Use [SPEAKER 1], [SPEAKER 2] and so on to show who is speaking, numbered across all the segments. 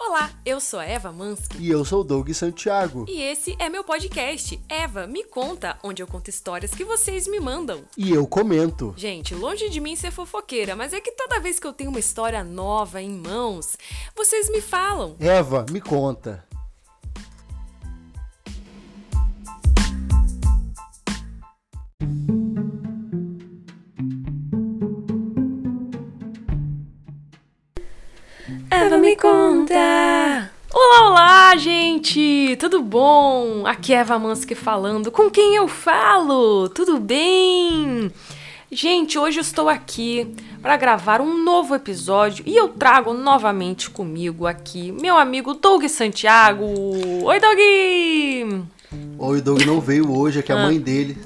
[SPEAKER 1] Olá, eu sou a Eva Mansky.
[SPEAKER 2] E eu sou o Doug Santiago.
[SPEAKER 1] E esse é meu podcast, Eva Me Conta, onde eu conto histórias que vocês me mandam.
[SPEAKER 2] E eu comento.
[SPEAKER 1] Gente, longe de mim ser fofoqueira, mas é que toda vez que eu tenho uma história nova em mãos, vocês me falam.
[SPEAKER 2] Eva, me conta.
[SPEAKER 1] Eva me conta! Olá, olá, gente! Tudo bom? Aqui é Eva Mansky falando. Com quem eu falo? Tudo bem? Gente, hoje eu estou aqui para gravar um novo episódio e eu trago novamente comigo aqui meu amigo Doug Santiago. Oi, Doug!
[SPEAKER 2] Oi, o Doug não veio hoje, é
[SPEAKER 1] Ah.
[SPEAKER 2] que a mãe dele.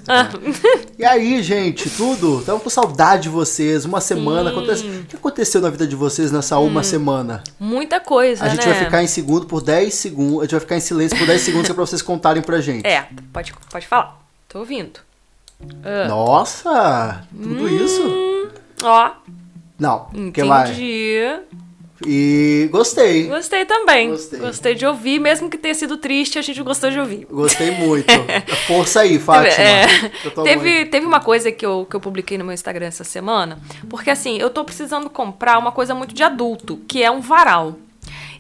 [SPEAKER 2] E aí, gente, tudo? Tava com saudade de vocês. Uma semana. Acontece... O que aconteceu na vida de vocês nessa uma semana?
[SPEAKER 1] Muita coisa,
[SPEAKER 2] A gente
[SPEAKER 1] Hum. né?
[SPEAKER 2] vai ficar em segundo por 10 segundos. A gente vai ficar em silêncio por 10 segundos que é pra vocês contarem pra gente.
[SPEAKER 1] É, pode, pode falar. Tô ouvindo.
[SPEAKER 2] Nossa! Tudo isso?
[SPEAKER 1] É. Hum, ó,
[SPEAKER 2] Não. O que mais?
[SPEAKER 1] entendi.
[SPEAKER 2] E gostei.
[SPEAKER 1] Gostei também.
[SPEAKER 2] Gostei.
[SPEAKER 1] de ouvir, mesmo que tenha sido triste, a gente gostou de ouvir.
[SPEAKER 2] Gostei muito. Força aí, Fátima.
[SPEAKER 1] É,
[SPEAKER 2] Eu tô
[SPEAKER 1] teve, teve uma coisa que eu, que eu publiquei no meu Instagram essa semana, porque assim, eu tô precisando comprar uma coisa muito de adulto, que é um varal.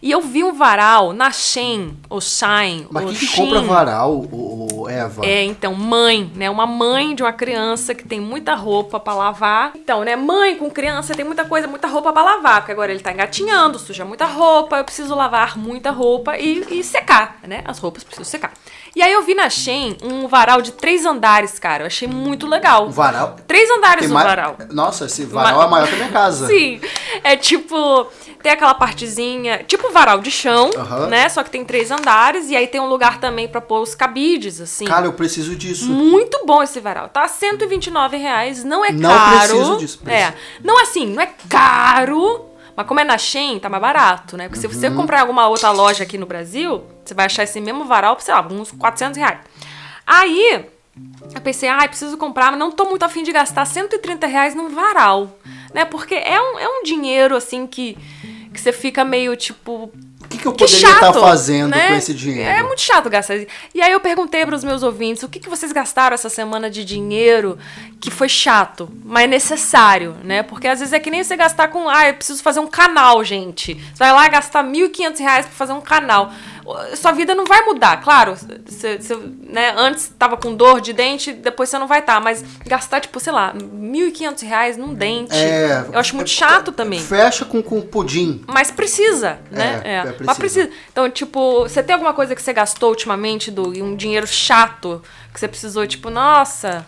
[SPEAKER 1] E eu vi um varal na Shein, ou Shine,
[SPEAKER 2] Mas
[SPEAKER 1] ou
[SPEAKER 2] quem que
[SPEAKER 1] Shein.
[SPEAKER 2] compra varal, o, Eva?
[SPEAKER 1] É, então, mãe, né? Uma mãe de uma criança que tem muita roupa pra lavar. Então, né? Mãe com criança tem muita coisa, muita roupa pra lavar. Porque agora ele tá engatinhando, suja muita roupa. Eu preciso lavar muita roupa e, e secar, né? As roupas precisam secar. E aí eu vi na Shein um varal de três andares, cara. Eu achei muito legal.
[SPEAKER 2] Um varal?
[SPEAKER 1] Três andares o
[SPEAKER 2] ma-
[SPEAKER 1] varal.
[SPEAKER 2] Nossa, esse varal é maior que a minha casa.
[SPEAKER 1] Sim. É tipo, tem aquela partezinha, tipo varal de chão,
[SPEAKER 2] Aham.
[SPEAKER 1] né? Só que tem três andares e aí tem um lugar também pra pôr os cabides, assim.
[SPEAKER 2] Cara, eu preciso
[SPEAKER 1] Hum.
[SPEAKER 2] disso.
[SPEAKER 1] Muito bom esse varal, tá? R$ 129 reais, não é
[SPEAKER 2] Não
[SPEAKER 1] caro.
[SPEAKER 2] preciso disso, preciso.
[SPEAKER 1] É, não assim, não é caro, mas como é na Shein, tá mais barato, né? Porque se
[SPEAKER 2] Uhum.
[SPEAKER 1] você comprar em alguma outra loja aqui no Brasil, você vai achar esse mesmo varal por, sei lá, uns 400 reais. Aí, eu pensei, ai, preciso comprar, mas não tô muito afim de gastar 130 reais num varal, né? Porque é um, é um dinheiro, assim, que, que você fica meio, tipo,
[SPEAKER 2] O que, que eu
[SPEAKER 1] que
[SPEAKER 2] poderia
[SPEAKER 1] chato,
[SPEAKER 2] estar fazendo
[SPEAKER 1] né?
[SPEAKER 2] com esse dinheiro?
[SPEAKER 1] É muito chato gastar. esse- E aí eu perguntei para os meus ouvintes, o que, que vocês gastaram essa semana de dinheiro que foi chato, mas necessário, né? Porque às vezes é que nem você gastar com, ah, eu preciso fazer um canal, gente. Você vai lá gastar R$ 1.500 reais pra fazer um canal. O- Sua vida não vai mudar, claro. Você, você, né, antes tava com dor de dente, depois você não vai estar. mas gastar, tipo, sei lá, R$ 1.500 reais num dente,
[SPEAKER 2] É,
[SPEAKER 1] eu acho muito chato também.
[SPEAKER 2] Fecha com, com pudim.
[SPEAKER 1] Mas precisa, né?
[SPEAKER 2] É, é, precisa.
[SPEAKER 1] Mas precisa. Então, tipo, você tem alguma coisa que você gastou ultimamente, do um dinheiro chato que você precisou, tipo, nossa.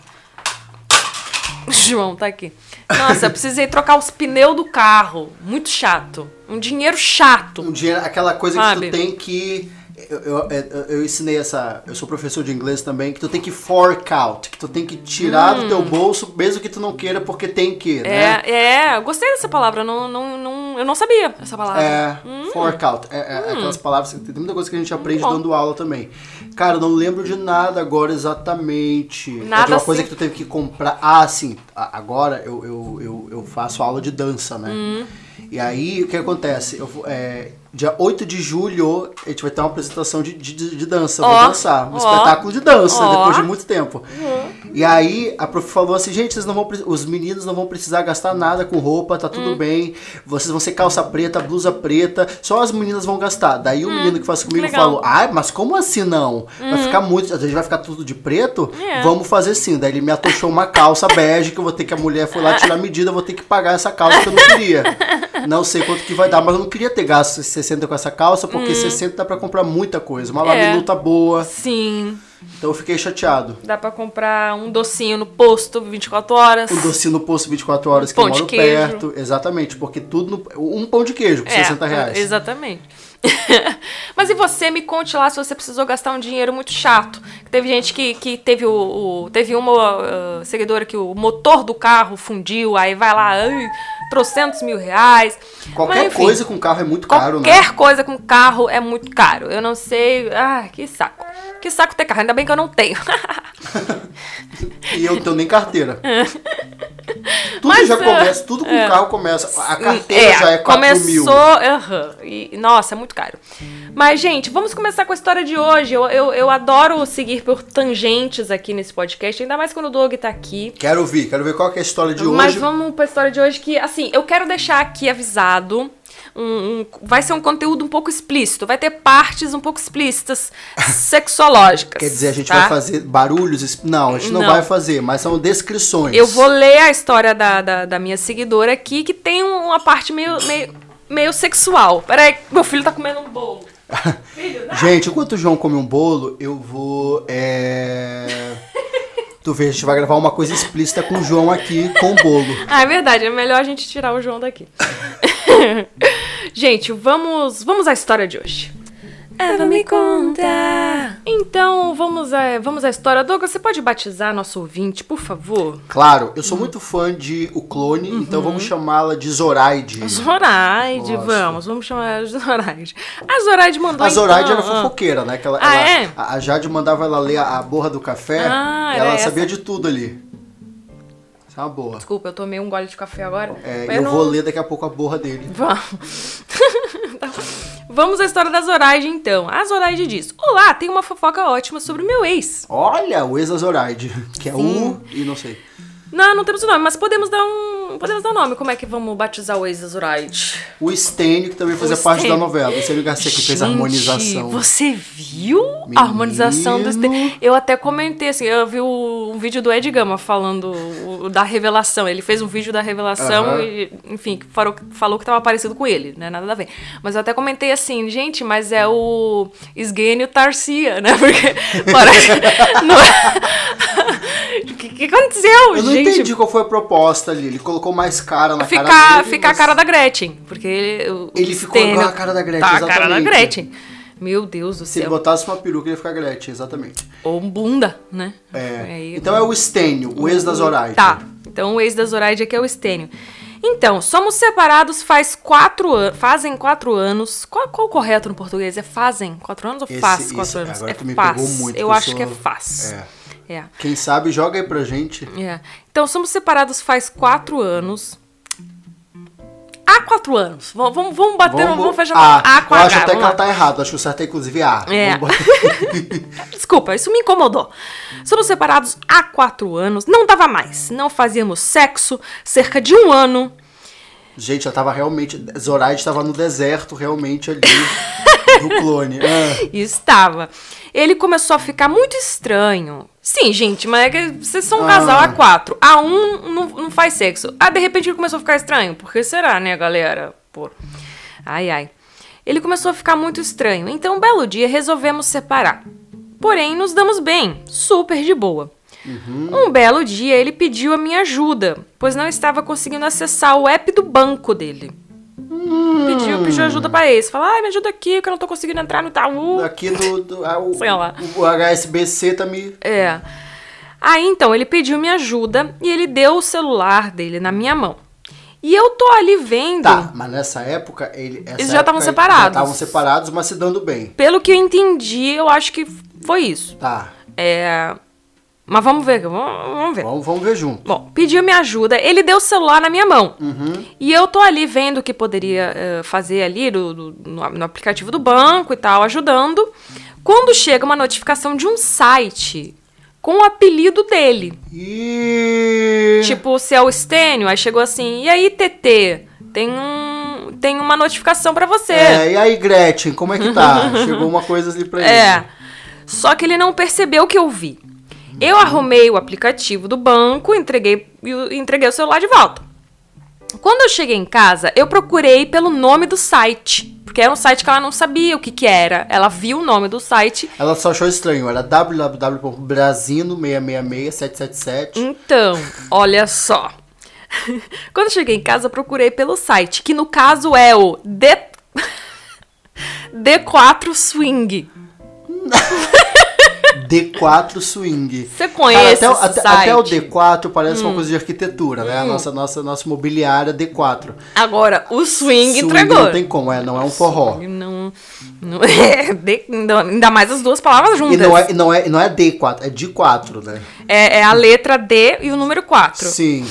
[SPEAKER 1] João tá aqui. Nossa, eu precisei trocar os pneus do carro. Muito chato. Um dinheiro chato.
[SPEAKER 2] Um dinheiro, aquela coisa
[SPEAKER 1] Sabe?
[SPEAKER 2] que tu tem que. Eu, eu, é, eu- eu ensinei essa. Eu sou professor de inglês também, que tu tem que fork out, que tu tem que tirar do teu bolso, mesmo que tu não queira, porque tem que, né?
[SPEAKER 1] Hum. É, é, eu gostei dessa palavra. Não, não, não, eu não sabia essa palavra. Hum.
[SPEAKER 2] É, fork out. É, é, aquelas palavras que tem muita coisa que a gente aprende
[SPEAKER 1] bom.
[SPEAKER 2] dando aula também. Cara, eu não lembro de nada agora exatamente. é
[SPEAKER 1] Nada
[SPEAKER 2] de uma coisa
[SPEAKER 1] assim.
[SPEAKER 2] que tu teve que comprar. Ah, assim, a- agora eu, eu, eu, eu faço aula de dança, né?
[SPEAKER 1] Hum.
[SPEAKER 2] E aí, o que acontece? Eu, vou- é, dia 8 de julho, a gente vai ter uma apresentação de, de, de- de dança. Eu
[SPEAKER 1] Ó,
[SPEAKER 2] vou dançar. Um
[SPEAKER 1] ó.
[SPEAKER 2] espetáculo de dança,
[SPEAKER 1] Ó.
[SPEAKER 2] depois de muito tempo. E aí, a prof falou assim, gente, vocês não vão, pre- os meninos não vão precisar gastar nada com roupa, tá
[SPEAKER 1] Hum.
[SPEAKER 2] tudo bem. Vocês vão ser calça preta, blusa preta, só as meninas vão gastar. Daí o menino que faz comigo
[SPEAKER 1] Hum. legal. Hum.
[SPEAKER 2] falou, ai, mas como assim não? Vai ficar muito, a gente vai ficar tudo de preto?
[SPEAKER 1] É.
[SPEAKER 2] Vamos fazer sim. Daí ele me atochou uma calça bege, que eu vou ter que, a mulher foi lá tirar a medida, eu vou ter que pagar essa calça que eu não queria. Não sei quanto que vai dar, mas eu não queria ter gasto 60 com essa calça, porque 60 dá pra comprar muita coisa. Uma
[SPEAKER 1] Hum. É.
[SPEAKER 2] laminuta boa.
[SPEAKER 1] Sim.
[SPEAKER 2] Então eu fiquei chateado.
[SPEAKER 1] Dá pra comprar um docinho no posto 24 horas.
[SPEAKER 2] Um docinho no posto 24 horas que
[SPEAKER 1] Pão
[SPEAKER 2] eu
[SPEAKER 1] de
[SPEAKER 2] moro
[SPEAKER 1] queijo. É,
[SPEAKER 2] perto. Exatamente, porque tudo no. Um pão de queijo por 60 reais.
[SPEAKER 1] Exatamente. Mas e você, me conte lá se você precisou gastar um dinheiro muito chato. Teve gente que, que teve o, o- Teve uma ah, seguidora que o motor do carro fundiu, aí vai lá, ai, trocentos mil reais.
[SPEAKER 2] Qualquer
[SPEAKER 1] Mas, enfim,
[SPEAKER 2] coisa com carro é muito caro, né?
[SPEAKER 1] Qualquer coisa com carro é muito caro. Eu não sei. Ah, que saco. Que saco ter carro. Ainda bem que eu não tenho.
[SPEAKER 2] E eu não tenho nem carteira. Tudo
[SPEAKER 1] É. Mas,
[SPEAKER 2] já
[SPEAKER 1] é,
[SPEAKER 2] começa, tudo com
[SPEAKER 1] é.
[SPEAKER 2] carro começa. A carteira já é 4
[SPEAKER 1] começou,
[SPEAKER 2] mil.
[SPEAKER 1] aham, e- nossa, é muito caro. Mas, gente, vamos começar com a história de hoje. Eu, eu, eu adoro seguir por tangentes aqui nesse podcast, ainda mais quando o Doug tá aqui.
[SPEAKER 2] Quero ouvir, quero ver qual que é a história de
[SPEAKER 1] Mas
[SPEAKER 2] hoje.
[SPEAKER 1] vamos pra história de hoje que, assim, eu quero deixar aqui avisado. um- um- vai ser um conteúdo um pouco explícito. Vai ter partes um pouco explícitas, sexológicas.
[SPEAKER 2] Quer dizer, a gente
[SPEAKER 1] tá?
[SPEAKER 2] vai fazer barulhos? es- Não, a gente não,
[SPEAKER 1] Não.
[SPEAKER 2] vai fazer, mas são descrições.
[SPEAKER 1] Eu vou ler a história da, da, da minha seguidora aqui, que tem um- uma parte meio, meio, meio sexual. Peraí, meu filho tá comendo um bolo. Filho, não.
[SPEAKER 2] Gente, enquanto o João come um bolo, eu vou. É... tu vê, a gente vai gravar uma coisa explícita com o João aqui, com o bolo.
[SPEAKER 1] Ah, é verdade, é melhor a gente tirar o João daqui. gente, vamos, vamos à história de hoje. Ela me conta. Então, vamos à, vamos à história. Douglas, você pode batizar nosso ouvinte, por favor?
[SPEAKER 2] Claro, eu
[SPEAKER 1] Hum.
[SPEAKER 2] sou muito fã de O Clone, então
[SPEAKER 1] Uhum.
[SPEAKER 2] vamos chamá-la de Zoraide.
[SPEAKER 1] Zoraide,
[SPEAKER 2] Nossa.
[SPEAKER 1] vamos, vamos chamar ela de Zoraide. A Zoraide mandou
[SPEAKER 2] A Zoraide
[SPEAKER 1] então,
[SPEAKER 2] era
[SPEAKER 1] ah.
[SPEAKER 2] fofoqueira, né? Que ela,
[SPEAKER 1] Ah,
[SPEAKER 2] ela-
[SPEAKER 1] é?
[SPEAKER 2] a- A Jade mandava ela ler a, a borra do café,
[SPEAKER 1] Ah, era
[SPEAKER 2] ela
[SPEAKER 1] essa.
[SPEAKER 2] sabia de tudo ali. Isso é uma boa.
[SPEAKER 1] Desculpa, eu tomei um gole de café agora.
[SPEAKER 2] É,
[SPEAKER 1] mas
[SPEAKER 2] eu
[SPEAKER 1] não-
[SPEAKER 2] vou ler daqui a pouco a borra dele.
[SPEAKER 1] Vamos. Tá bom. Vamos à história da Zoraide, então. A Zoraide diz: Olá, tem uma fofoca ótima sobre o meu ex.
[SPEAKER 2] Olha, o ex da Zoraide, que é U e não sei.
[SPEAKER 1] Não, não temos o nome, mas podemos dar um. Podemos dar um nome. Como é que vamos batizar o ex da Zoraide?
[SPEAKER 2] O Stênio, que também fazia
[SPEAKER 1] O
[SPEAKER 2] parte da
[SPEAKER 1] Stênio.
[SPEAKER 2] novela. O Stênio Garcia que fez a
[SPEAKER 1] Gente,
[SPEAKER 2] harmonização.
[SPEAKER 1] Você viu a harmonização do
[SPEAKER 2] Menino.
[SPEAKER 1] Stênio? Eu até comentei assim, eu vi o- um vídeo do Ed Gama falando o- o da revelação. Ele fez um vídeo da revelação
[SPEAKER 2] Aham.
[SPEAKER 1] e, enfim, falou, falou que tava parecido com ele, né? Nada a ver. Mas eu até comentei assim, gente, mas é o Isgênio Tarcia, né? Porque parece. não é- O que, que aconteceu,
[SPEAKER 2] Eu não
[SPEAKER 1] gente?
[SPEAKER 2] entendi qual foi a proposta ali. Ele colocou mais cara na cara
[SPEAKER 1] Ficar,
[SPEAKER 2] dele.
[SPEAKER 1] ficar a
[SPEAKER 2] mas-
[SPEAKER 1] cara da Gretchen, porque ele. o-
[SPEAKER 2] Ele
[SPEAKER 1] o
[SPEAKER 2] ficou igual
[SPEAKER 1] Stênio
[SPEAKER 2] a cara da Gretchen,
[SPEAKER 1] Tá a cara da
[SPEAKER 2] exatamente.
[SPEAKER 1] Gretchen. Meu Deus do
[SPEAKER 2] Se ele
[SPEAKER 1] céu.
[SPEAKER 2] botasse uma peruca, ele ia ficar Gretchen, exatamente.
[SPEAKER 1] Ou um bunda, né?
[SPEAKER 2] É.
[SPEAKER 1] Aí-
[SPEAKER 2] Então é o Stênio, o ex da Zoraide.
[SPEAKER 1] Tá. Então o ex da Zoraide aqui é o Estênio. Então, somos separados faz quatro anos. Fazem quatro anos. Qual, qual o correto no português? É fazem quatro anos ou
[SPEAKER 2] Esse-
[SPEAKER 1] faz
[SPEAKER 2] esse-
[SPEAKER 1] quatro anos?
[SPEAKER 2] agora
[SPEAKER 1] é
[SPEAKER 2] tu me
[SPEAKER 1] faz.
[SPEAKER 2] pegou
[SPEAKER 1] Eu
[SPEAKER 2] muito, que eu
[SPEAKER 1] acho
[SPEAKER 2] sou-
[SPEAKER 1] que é faz.
[SPEAKER 2] É.
[SPEAKER 1] É.
[SPEAKER 2] Quem sabe, joga aí pra gente.
[SPEAKER 1] é. Então, somos separados faz quatro anos. Há quatro anos. V- Vamos, vamos bater, vamos, fechar
[SPEAKER 2] ah,
[SPEAKER 1] A com
[SPEAKER 2] Eu
[SPEAKER 1] H.
[SPEAKER 2] acho até que
[SPEAKER 1] vamos
[SPEAKER 2] ela
[SPEAKER 1] lá.
[SPEAKER 2] tá errada. Acho que o certo é, inclusive, A.
[SPEAKER 1] É.
[SPEAKER 2] Vamos botar-
[SPEAKER 1] Desculpa, isso me incomodou. Somos separados há quatro anos, não dava mais. Não fazíamos sexo cerca de um ano.
[SPEAKER 2] Gente, ela tava realmente. Zoraide tava no deserto, realmente, ali. do clone. Ah,
[SPEAKER 1] Estava. Ele começou a ficar muito estranho. Sim, gente, mas é que vocês são um
[SPEAKER 2] Ah.
[SPEAKER 1] casal a quatro. A um não, não faz sexo. Ah, de repente ele começou a ficar estranho. Por que será, né, galera? Pô. Ai, ai. Ele começou a ficar muito estranho. Então, um belo dia, resolvemos separar. Porém, nos damos bem. Super de boa. Um belo dia, ele pediu a minha ajuda, pois não estava conseguindo acessar o app do banco dele. Pediu, pediu ajuda pra esse. Fala, ai, me ajuda aqui, que eu não tô conseguindo entrar no Itaú.
[SPEAKER 2] aqui do. do ah, o,
[SPEAKER 1] Sei lá.
[SPEAKER 2] o HSBC tá me.
[SPEAKER 1] É. Aí então ele pediu minha ajuda e ele deu o celular dele na minha mão. E eu tô ali vendo,
[SPEAKER 2] Tá, mas nessa época ele. essa
[SPEAKER 1] Eles já estavam
[SPEAKER 2] época,
[SPEAKER 1] separados.
[SPEAKER 2] Já estavam separados, mas se dando bem.
[SPEAKER 1] pelo que eu entendi, eu acho que foi isso.
[SPEAKER 2] Tá.
[SPEAKER 1] É. Mas vamos ver, vamos, vamos ver.
[SPEAKER 2] Vamos, vamos ver junto.
[SPEAKER 1] Bom, pediu minha ajuda, ele deu o celular na minha mão. E eu tô ali vendo o que poderia eh, fazer ali do- do- no, no aplicativo do banco e tal, ajudando. Quando chega uma notificação de um site com o apelido dele.
[SPEAKER 2] E.
[SPEAKER 1] Tipo, se é o Stênio, aí chegou assim, e aí, TT, tem um. Tem uma notificação pra você.
[SPEAKER 2] É, e aí, Gretchen, como é que tá? Chegou uma coisa ali pra ele.
[SPEAKER 1] É. Só que ele não percebeu o que eu vi. Eu arrumei o aplicativo do banco, entreguei, e o- entreguei o celular de volta. Quando eu cheguei em casa, eu procurei pelo nome do site. Porque era um site que ela não sabia o que, que era. Ela viu o nome do site.
[SPEAKER 2] Ela só achou estranho. Era www.brasino666777.
[SPEAKER 1] Então, olha só. Quando eu cheguei em casa, eu procurei pelo site, que no caso é o D... D4 Swing.
[SPEAKER 2] D4 Swing.
[SPEAKER 1] Você conhece
[SPEAKER 2] até, o-
[SPEAKER 1] esse
[SPEAKER 2] até-
[SPEAKER 1] site? Hum.
[SPEAKER 2] até o D4 parece uma coisa de arquitetura, né? A nossa, nossa, nossa mobiliária D4.
[SPEAKER 1] Agora, o Swing,
[SPEAKER 2] Swing
[SPEAKER 1] entregou.
[SPEAKER 2] Não tem como, é, não é um forró.
[SPEAKER 1] Não, não é, de- não- ainda mais as duas palavras
[SPEAKER 2] E
[SPEAKER 1] juntas.
[SPEAKER 2] não é, não, é, não é D4, é D4, né?
[SPEAKER 1] É- é a letra D e o número 4.
[SPEAKER 2] Sim.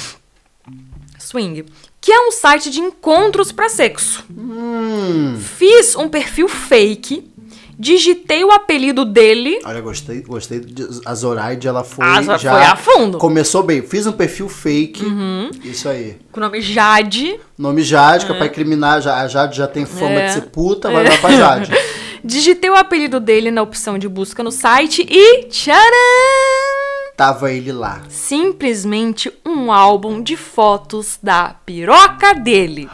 [SPEAKER 1] Swing, que é um site de encontros para sexo.
[SPEAKER 2] Hum.
[SPEAKER 1] Fiz um perfil fake, digitei o apelido dele.
[SPEAKER 2] Olha, gostei, gostei. de- A Zoraide, ela foi
[SPEAKER 1] Ah, já
[SPEAKER 2] já...
[SPEAKER 1] foi a fundo. Uhum.
[SPEAKER 2] Começou bem. Fiz um perfil fake. Isso aí.
[SPEAKER 1] Com o nome Jade.
[SPEAKER 2] Nome Jade, que é pra incriminar. já- A Jade já tem fama
[SPEAKER 1] É.
[SPEAKER 2] de ser puta, vai lá pra Jade.
[SPEAKER 1] Digitei o apelido dele na opção de busca no site e. Tcharam!
[SPEAKER 2] Tava ele lá.
[SPEAKER 1] Simplesmente um álbum de fotos da piroca dele.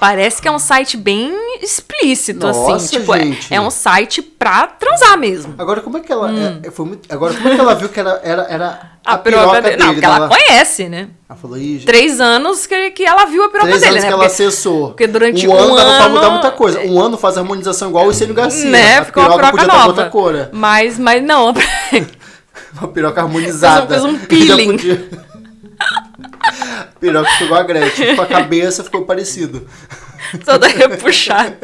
[SPEAKER 1] Parece que é um site bem explícito,
[SPEAKER 2] Nossa,
[SPEAKER 1] assim. Tipo, é-
[SPEAKER 2] gente.
[SPEAKER 1] é um site pra transar mesmo.
[SPEAKER 2] Agora, como é que ela... é, foi muito- Agora, como é que ela viu que era, era, era
[SPEAKER 1] Hum. A, piroca, dele. Não, porque
[SPEAKER 2] né?
[SPEAKER 1] ela, conhece, né?
[SPEAKER 2] ela falou, Ih, gente,
[SPEAKER 1] Três anos que, que ela viu a piroca
[SPEAKER 2] três
[SPEAKER 1] dele,
[SPEAKER 2] anos
[SPEAKER 1] né?
[SPEAKER 2] que ela
[SPEAKER 1] Porque-
[SPEAKER 2] acessou.
[SPEAKER 1] porque durante
[SPEAKER 2] um
[SPEAKER 1] um
[SPEAKER 2] ano, dava pra mudar
[SPEAKER 1] ano-
[SPEAKER 2] muita coisa. Um ano faz harmonização igual o Célio Garcia.
[SPEAKER 1] né?
[SPEAKER 2] A
[SPEAKER 1] Ficou uma
[SPEAKER 2] piroca
[SPEAKER 1] piroca
[SPEAKER 2] podia dar outra
[SPEAKER 1] nova.
[SPEAKER 2] cor. né?
[SPEAKER 1] Mas, mas não.
[SPEAKER 2] Uma piroca harmonizada.
[SPEAKER 1] Fez um- fez um
[SPEAKER 2] Já
[SPEAKER 1] peeling.
[SPEAKER 2] podia- piroca ficou igual a Gretchen. Com a cabeça ficou parecido.
[SPEAKER 1] toda repuxada.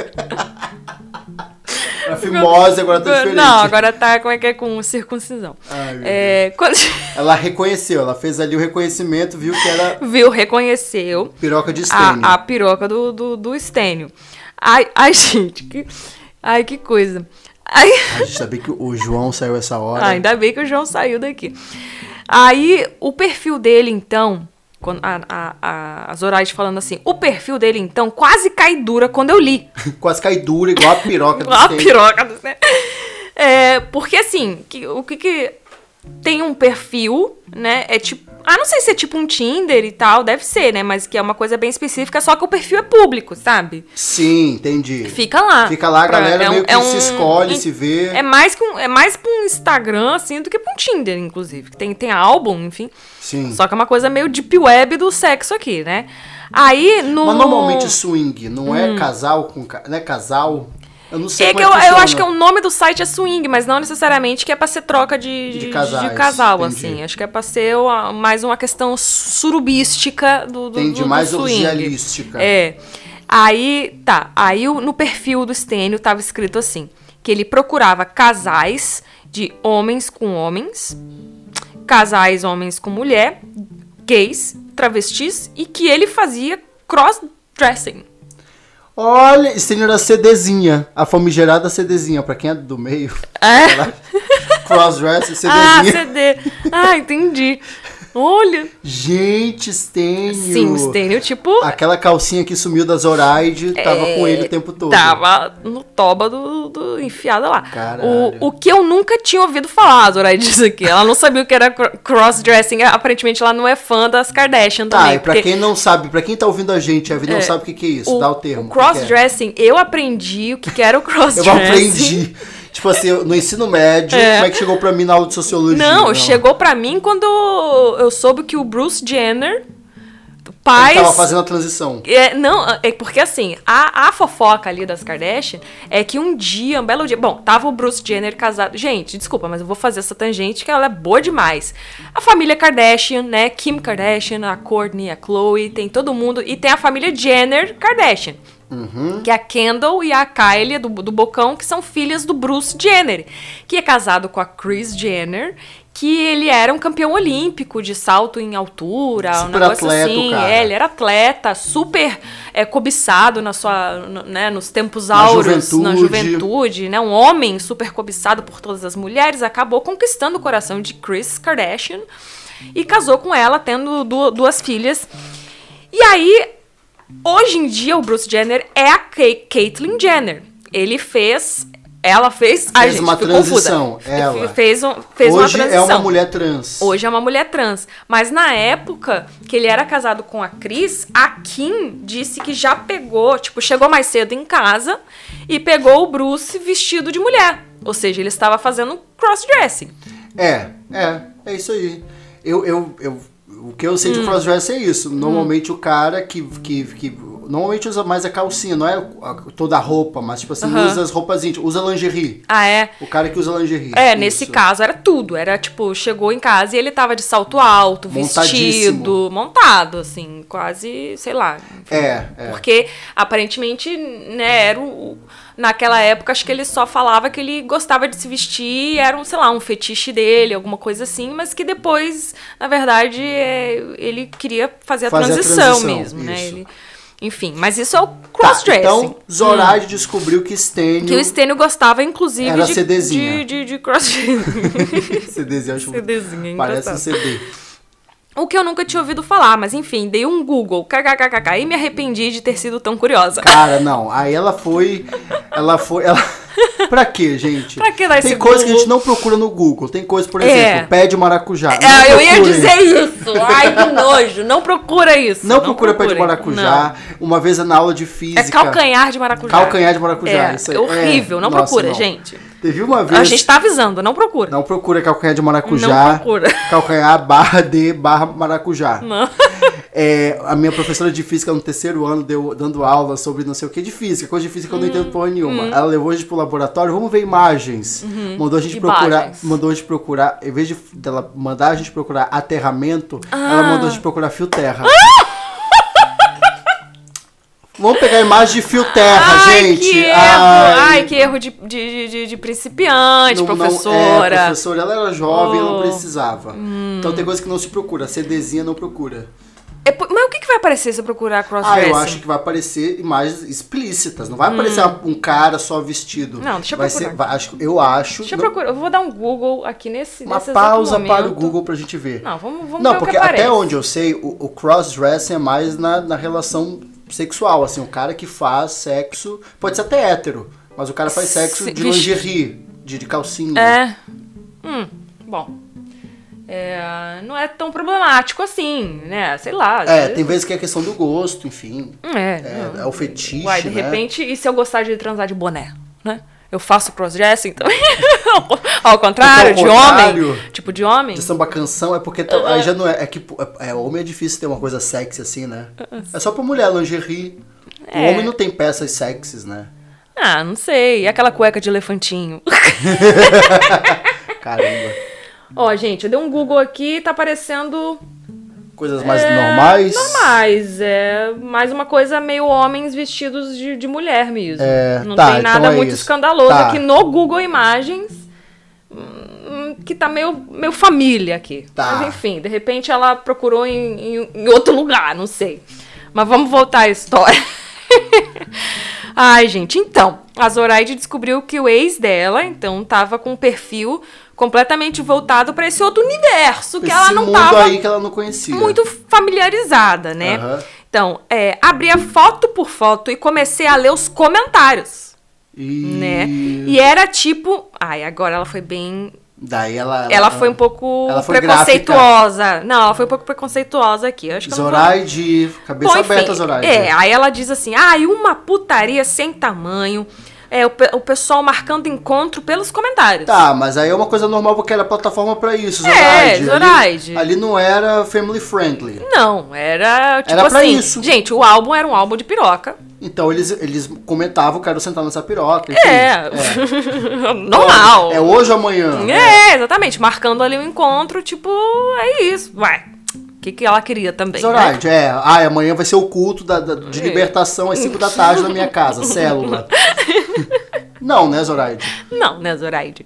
[SPEAKER 2] A fimose agora tá diferente.
[SPEAKER 1] Não, agora tá, como é que é, com circuncisão.
[SPEAKER 2] Ai, meu
[SPEAKER 1] É, quando
[SPEAKER 2] Ela reconheceu, ela fez ali o reconhecimento, viu que era
[SPEAKER 1] viu, reconheceu
[SPEAKER 2] piroca de estênio.
[SPEAKER 1] a, a piroca do, do, do estênio. Ai, ai, gente, que, ai, que coisa. Ai...
[SPEAKER 2] A gente sabia que o João saiu essa hora.
[SPEAKER 1] Ah, ainda bem que o João saiu daqui. Aí, o perfil dele, então. Quando a, a, a, a Zoraide falando assim, o perfil dele, então, quase cai dura quando eu li.
[SPEAKER 2] Quase cai dura, igual a piroca do
[SPEAKER 1] A
[SPEAKER 2] estênio.
[SPEAKER 1] piroca do céu. É, porque assim, que- o que que. Tem um perfil, né? É tipo. Ah, não sei se é tipo um Tinder e tal, deve ser, né? Mas que é uma coisa bem específica, só que o perfil é público, sabe?
[SPEAKER 2] Sim, entendi.
[SPEAKER 1] Fica lá.
[SPEAKER 2] Fica lá, a
[SPEAKER 1] Pra-
[SPEAKER 2] galera
[SPEAKER 1] é um-
[SPEAKER 2] meio que
[SPEAKER 1] é
[SPEAKER 2] se
[SPEAKER 1] um-
[SPEAKER 2] escolhe,
[SPEAKER 1] um-
[SPEAKER 2] se vê.
[SPEAKER 1] É mais, que um, é mais pra um Instagram, assim, do que pra um Tinder, inclusive. que Tem, tem álbum, enfim.
[SPEAKER 2] Sim.
[SPEAKER 1] Só que é uma coisa meio deep web do sexo aqui, né? Aí, no...
[SPEAKER 2] Mas normalmente swing não é casal com... ca- Não é casal? Eu não sei
[SPEAKER 1] Hum. É
[SPEAKER 2] como
[SPEAKER 1] que eu,
[SPEAKER 2] é
[SPEAKER 1] eu acho
[SPEAKER 2] funciona.
[SPEAKER 1] que o nome do site é swing, mas não necessariamente que é pra ser troca de,
[SPEAKER 2] De casais,
[SPEAKER 1] casal,
[SPEAKER 2] entendi.
[SPEAKER 1] assim. Acho que é pra ser uma- mais uma questão surubística do, do,
[SPEAKER 2] Entendi,
[SPEAKER 1] do, do
[SPEAKER 2] mais
[SPEAKER 1] swing.
[SPEAKER 2] orgialística.
[SPEAKER 1] É. Aí, tá. Aí o- no perfil do Stênio tava escrito assim: que ele procurava casais de homens com homens, casais homens com mulher, gays, travestis e que ele fazia cross-dressing.
[SPEAKER 2] Olha, Stênio era CDzinha. A famigerada CDzinha, pra quem é do meio.
[SPEAKER 1] É.
[SPEAKER 2] Crossdresser,
[SPEAKER 1] Ah,
[SPEAKER 2] CDzinha.
[SPEAKER 1] CD. Ah, entendi. Olha.
[SPEAKER 2] Gente, Stênio.
[SPEAKER 1] Sim, o Stênio, tipo,
[SPEAKER 2] Aquela calcinha que sumiu da Zoraide, tava com ele o tempo todo.
[SPEAKER 1] tava no toba do, do enfiada lá.
[SPEAKER 2] Caralho.
[SPEAKER 1] O, o que eu nunca tinha ouvido falar, a Zoraide disso aqui. Ela não sabia o que era cro- cross-dressing. Aparentemente, ela não é fã das Kardashian
[SPEAKER 2] Tá,
[SPEAKER 1] também.
[SPEAKER 2] e pra
[SPEAKER 1] porque
[SPEAKER 2] quem não sabe, pra quem tá ouvindo a gente, a vida não sabe o que, que é isso,
[SPEAKER 1] o,
[SPEAKER 2] dá o termo.
[SPEAKER 1] o
[SPEAKER 2] o que que é.
[SPEAKER 1] cross-dressing, eu aprendi o que que era o
[SPEAKER 2] Eu
[SPEAKER 1] cross-dressing.
[SPEAKER 2] aprendi. tipo assim, eu- no ensino médio, como é que chegou pra mim na aula de sociologia?
[SPEAKER 1] Não, chegou pra mim quando eu soube que o Bruce Jenner, pai...
[SPEAKER 2] Ele tava fazendo a transição.
[SPEAKER 1] É, não, é porque assim, a, a fofoca ali das Kardashian é que um dia, um belo dia. Bom, tava o Bruce Jenner casado. Gente, desculpa, mas eu vou fazer essa tangente que ela é boa demais. A família Kardashian, né? Kim Kardashian, a Kourtney, a Chloe, tem todo mundo. E tem a família Jenner Kardashian.
[SPEAKER 2] Uhum.
[SPEAKER 1] Que é a Kendall e a Kylie do, do Bocão, que são filhas do Bruce Jenner, que é casado com a Kris Jenner, que ele era um campeão olímpico de salto em altura, um
[SPEAKER 2] Super
[SPEAKER 1] negócio
[SPEAKER 2] atleta, o
[SPEAKER 1] assim.
[SPEAKER 2] cara.
[SPEAKER 1] É, ele era atleta, super é, cobiçado na sua, no- né, nos tempos
[SPEAKER 2] Na
[SPEAKER 1] áureos, na
[SPEAKER 2] juventude.
[SPEAKER 1] juventude, né? Um homem super cobiçado por todas as mulheres, acabou conquistando o coração de Kris Kardashian e casou com ela, tendo du- duas filhas. E aí, hoje em dia, o Bruce Jenner é a Ka- Caitlyn Jenner. Ele fez. Ela fez. a
[SPEAKER 2] Fez
[SPEAKER 1] gente,
[SPEAKER 2] uma
[SPEAKER 1] fico
[SPEAKER 2] transição,
[SPEAKER 1] confusa.
[SPEAKER 2] ela.
[SPEAKER 1] Fe- Fez, um- fez uma
[SPEAKER 2] Hoje
[SPEAKER 1] transição.
[SPEAKER 2] é uma mulher trans.
[SPEAKER 1] Hoje é uma mulher trans. Mas na época que ele era casado com a Cris, a Kim disse que já pegou, tipo, chegou mais cedo em casa e pegou o Bruce vestido de mulher. Ou seja, ele estava fazendo cross-dressing.
[SPEAKER 2] É, é, é isso
[SPEAKER 1] Hum.
[SPEAKER 2] aí. Eu, eu, eu, o que eu sei de crossdress é isso. Normalmente o cara que, que, que Normalmente usa mais a calcinha, não é a- toda a roupa, mas tipo assim,
[SPEAKER 1] Aham.
[SPEAKER 2] usa as roupas íntimas, usa lingerie.
[SPEAKER 1] Ah, é?
[SPEAKER 2] O cara que usa lingerie.
[SPEAKER 1] É, nesse
[SPEAKER 2] isso.
[SPEAKER 1] caso era tudo. Era tipo, chegou em casa e ele tava de salto alto, vestido,
[SPEAKER 2] Montadíssimo.
[SPEAKER 1] montado, assim, quase, sei lá.
[SPEAKER 2] É, é.
[SPEAKER 1] Porque aparentemente, né, era o. Naquela época, acho que ele só falava que ele gostava de se vestir, era um, sei lá, um fetiche dele, alguma coisa assim, mas que depois, na verdade, é, ele queria fazer a,
[SPEAKER 2] Fazer a
[SPEAKER 1] transição,
[SPEAKER 2] transição,
[SPEAKER 1] mesmo, né?
[SPEAKER 2] isso.
[SPEAKER 1] Ele, enfim, mas isso é o
[SPEAKER 2] Tá,
[SPEAKER 1] crossdressing. Hum.
[SPEAKER 2] então, Zoraj descobriu que Stênio...
[SPEAKER 1] que o Stênio gostava, inclusive,
[SPEAKER 2] Era
[SPEAKER 1] de, de,
[SPEAKER 2] CDzinha.
[SPEAKER 1] de, de crossdressing.
[SPEAKER 2] CDzinho, eu acho
[SPEAKER 1] CDzinho, é
[SPEAKER 2] Parece um
[SPEAKER 1] engraçado.
[SPEAKER 2] CD.
[SPEAKER 1] O que eu nunca tinha ouvido falar, mas enfim, dei um Google, kkkk, e me arrependi de ter sido tão curiosa.
[SPEAKER 2] Cara, não. Aí ela foi. Ela foi. Ela... pra quê, gente?
[SPEAKER 1] Pra que dar
[SPEAKER 2] Tem
[SPEAKER 1] esse
[SPEAKER 2] coisa que a
[SPEAKER 1] Google?
[SPEAKER 2] gente não procura no Google. Tem coisa, por
[SPEAKER 1] É.
[SPEAKER 2] exemplo, pé de maracujá. Não
[SPEAKER 1] É, eu ia
[SPEAKER 2] procurem.
[SPEAKER 1] dizer isso. Ai, que nojo. Não procura isso.
[SPEAKER 2] Não, procura pé de
[SPEAKER 1] procurem.
[SPEAKER 2] maracujá. Uma vez na aula de física.
[SPEAKER 1] Não. É calcanhar de maracujá.
[SPEAKER 2] Calcanhar de maracujá.
[SPEAKER 1] É,
[SPEAKER 2] isso aí.
[SPEAKER 1] é horrível. não
[SPEAKER 2] nossa,
[SPEAKER 1] procura, gente.
[SPEAKER 2] Teve uma vez.
[SPEAKER 1] A gente tá avisando, não procura.
[SPEAKER 2] Não procura calcanhar de maracujá.
[SPEAKER 1] Não procura.
[SPEAKER 2] Calcanhar barra de barra maracujá.
[SPEAKER 1] Não.
[SPEAKER 2] É, a minha professora de física no terceiro ano deu dando aula sobre não sei o que de física, coisa de física eu não entendo
[SPEAKER 1] Hum,
[SPEAKER 2] porra nenhuma. Ela levou a gente pro laboratório, vamos ver imagens. Mandou a gente procurar,
[SPEAKER 1] Uhum. Imagens.
[SPEAKER 2] mandou a gente procurar, em vez de dela mandar a gente procurar aterramento, ela
[SPEAKER 1] Ah.
[SPEAKER 2] mandou a gente procurar fio terra. Vamos pegar imagem de fio terra,
[SPEAKER 1] Ai,
[SPEAKER 2] gente.
[SPEAKER 1] que erro. Ai, que erro de, de, de, de principiante,
[SPEAKER 2] não- não- é,
[SPEAKER 1] professora.
[SPEAKER 2] professora, ela era jovem, não
[SPEAKER 1] Oh. Hum.
[SPEAKER 2] precisava. Então tem coisa que não se procura, CDzinha não procura.
[SPEAKER 1] É po- mas o que, que vai aparecer se eu procurar
[SPEAKER 2] Ah,
[SPEAKER 1] crossdressing?
[SPEAKER 2] eu acho que vai aparecer imagens explícitas. Não vai aparecer um cara só vestido.
[SPEAKER 1] Hum. Não, deixa eu
[SPEAKER 2] vai
[SPEAKER 1] procurar.
[SPEAKER 2] Ser, vai- acho, eu acho.
[SPEAKER 1] Deixa eu
[SPEAKER 2] não-
[SPEAKER 1] procurar. Eu vou dar um Google aqui nesse
[SPEAKER 2] uma
[SPEAKER 1] nesse exato
[SPEAKER 2] pausa para o
[SPEAKER 1] momento.
[SPEAKER 2] Google pra gente ver.
[SPEAKER 1] Não, vamos, vamos
[SPEAKER 2] Não,
[SPEAKER 1] ver
[SPEAKER 2] porque
[SPEAKER 1] o que aparece.
[SPEAKER 2] até onde eu sei, o, o cross-dressing é mais na, na relação sexual. Assim, o cara que faz sexo. Pode ser até hétero, mas o cara faz sexo
[SPEAKER 1] Se-
[SPEAKER 2] de
[SPEAKER 1] vixe.
[SPEAKER 2] lingerie, de, de calcinha.
[SPEAKER 1] É. Hum, bom. É, não é tão problemático assim, né? Sei lá. às
[SPEAKER 2] É,
[SPEAKER 1] vezes-
[SPEAKER 2] tem vezes que é questão do gosto, enfim.
[SPEAKER 1] É.
[SPEAKER 2] É, é o fetiche.
[SPEAKER 1] Uai, de
[SPEAKER 2] né?
[SPEAKER 1] repente, e se eu gostar de transar de boné, né? Eu faço crossdressing, então. Ao contrário,
[SPEAKER 2] Então,
[SPEAKER 1] um de
[SPEAKER 2] ao contrário.
[SPEAKER 1] homem. Tipo de homem.
[SPEAKER 2] de samba canção é porque tá- aí já não é. É que pô, é, é, homem é difícil ter uma coisa sexy assim, né? É só pra mulher, lingerie.
[SPEAKER 1] É.
[SPEAKER 2] O homem não tem peças sexys, né?
[SPEAKER 1] Ah, não sei. E aquela cueca de elefantinho.
[SPEAKER 2] Caramba.
[SPEAKER 1] Ó, gente, eu dei um Google aqui e tá aparecendo.
[SPEAKER 2] Coisas mais
[SPEAKER 1] É,
[SPEAKER 2] normais.
[SPEAKER 1] Normais. É mais uma coisa meio homens vestidos de, de mulher mesmo.
[SPEAKER 2] É,
[SPEAKER 1] não
[SPEAKER 2] tá,
[SPEAKER 1] tem
[SPEAKER 2] então
[SPEAKER 1] nada
[SPEAKER 2] é
[SPEAKER 1] muito
[SPEAKER 2] isso.
[SPEAKER 1] escandaloso
[SPEAKER 2] Tá.
[SPEAKER 1] aqui no Google Imagens. hum, Que tá meio, meio família aqui.
[SPEAKER 2] Tá.
[SPEAKER 1] Mas enfim, de repente ela procurou em, em- em outro lugar, não sei. Mas vamos voltar à história. Ai, gente, então, a Zoraide descobriu que o ex dela, então, tava com um perfil completamente voltado pra esse outro universo que
[SPEAKER 2] Esse
[SPEAKER 1] ela não
[SPEAKER 2] mundo
[SPEAKER 1] tava
[SPEAKER 2] aí que ela não conhecia.
[SPEAKER 1] muito familiarizada, né?
[SPEAKER 2] Aham.
[SPEAKER 1] Então, é, abri a foto por foto e comecei a ler os comentários,
[SPEAKER 2] E...
[SPEAKER 1] né? E era tipo, ai, agora ela foi bem,
[SPEAKER 2] Daí ela.
[SPEAKER 1] ela foi um pouco
[SPEAKER 2] ela foi
[SPEAKER 1] preconceituosa. Não, ela foi um pouco preconceituosa aqui. Eu acho que ela não foi-
[SPEAKER 2] Zoraide, cabeça
[SPEAKER 1] Bom, enfim,
[SPEAKER 2] aberta, Zoraide.
[SPEAKER 1] É, aí ela diz assim: ah, e uma putaria sem tamanho. É, o, pe- o pessoal marcando encontro pelos comentários.
[SPEAKER 2] Tá, mas aí é uma coisa normal porque era plataforma pra isso, Zoraide. Ali-
[SPEAKER 1] É, Zoraide.
[SPEAKER 2] Ali, não era family friendly.
[SPEAKER 1] Não, era tipo
[SPEAKER 2] Era pra
[SPEAKER 1] assim.
[SPEAKER 2] isso.
[SPEAKER 1] Gente, o álbum era um álbum de piroca.
[SPEAKER 2] Então eles, eles comentavam, quero sentar nessa piroca. enfim.
[SPEAKER 1] É. Normal.
[SPEAKER 2] É hoje ou amanhã.
[SPEAKER 1] É, exatamente. Marcando ali o encontro, tipo, é isso. Ué, o que, que ela queria também. né? É.
[SPEAKER 2] Zoraide, é. Ah, amanhã vai ser o culto da- da- de libertação às 5 da tarde na minha casa, célula. Não, né, Zoraide?
[SPEAKER 1] Não, né, Zoraide?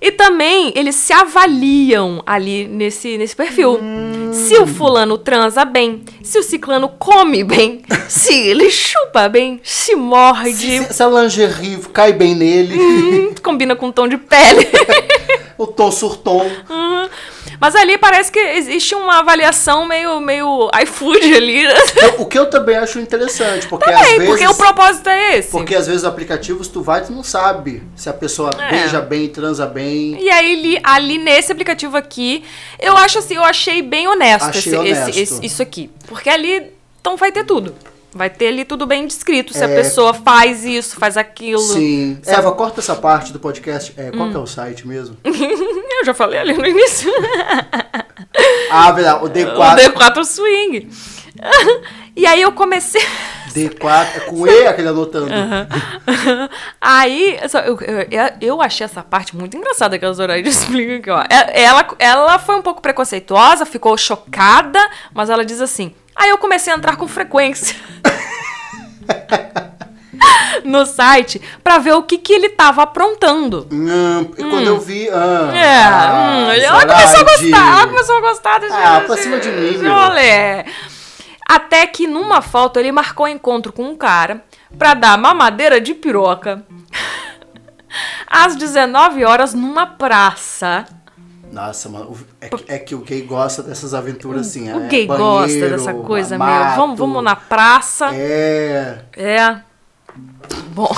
[SPEAKER 1] E também eles se avaliam ali nesse, nesse perfil.
[SPEAKER 2] Hum.
[SPEAKER 1] Se o fulano transa bem, se o ciclano come bem, se ele chupa bem, se morde,
[SPEAKER 2] Se, se a lingerie cai bem nele,
[SPEAKER 1] hum, combina com o tom de pele.
[SPEAKER 2] o tom surtom.
[SPEAKER 1] Hum. Mas ali parece que existe uma avaliação meio, meio iFood ali. né?
[SPEAKER 2] Eu- o que eu também acho interessante, porque às
[SPEAKER 1] Também,
[SPEAKER 2] É, vezes...
[SPEAKER 1] porque o propósito é esse.
[SPEAKER 2] porque às vezes os aplicativos tu vai e tu não sabe se a pessoa
[SPEAKER 1] É.
[SPEAKER 2] beija bem, transa bem.
[SPEAKER 1] E aí, li- ali nesse aplicativo aqui, eu acho assim, eu achei bem honesto,
[SPEAKER 2] Achei
[SPEAKER 1] esse- esse-
[SPEAKER 2] honesto.
[SPEAKER 1] esse- isso aqui. Porque ali, então vai ter tudo. Vai ter ali tudo bem descrito. Se a
[SPEAKER 2] É.
[SPEAKER 1] pessoa faz isso, faz aquilo.
[SPEAKER 2] Sim. Eva, corta essa parte do podcast. É,
[SPEAKER 1] Hum.
[SPEAKER 2] qual que é o site mesmo?
[SPEAKER 1] Eu já falei ali no início.
[SPEAKER 2] Ah, verdade, o
[SPEAKER 1] O
[SPEAKER 2] D4.
[SPEAKER 1] D4 Swing. E aí eu comecei.
[SPEAKER 2] D4, é com E aquele anotando.
[SPEAKER 1] Aham. Aí, só- eu, eu, eu achei essa parte muito engraçada que a Zoraide explica aqui, ó. É- Ela, ela foi um pouco preconceituosa, ficou chocada, mas ela diz assim: aí eu comecei a entrar com frequência. no site pra ver o que, que ele tava aprontando.
[SPEAKER 2] Hum, e quando eu vi. Ah,
[SPEAKER 1] É,
[SPEAKER 2] ah,
[SPEAKER 1] hum, ela começou a
[SPEAKER 2] Zoraide.
[SPEAKER 1] gostar, ela começou a gostar desse
[SPEAKER 2] Ah, pra cima de mim, meu.
[SPEAKER 1] Olé. Até que numa foto ele marcou encontro com um cara pra dar mamadeira de piroca às 19 horas numa praça.
[SPEAKER 2] Nossa, mano, o- é, que- é que o gay gosta dessas aventuras assim,
[SPEAKER 1] o
[SPEAKER 2] é
[SPEAKER 1] gay
[SPEAKER 2] banheiro,
[SPEAKER 1] gosta dessa coisa, meu.
[SPEAKER 2] mato,
[SPEAKER 1] Vamos, vamos na praça.
[SPEAKER 2] É.
[SPEAKER 1] É. Bom.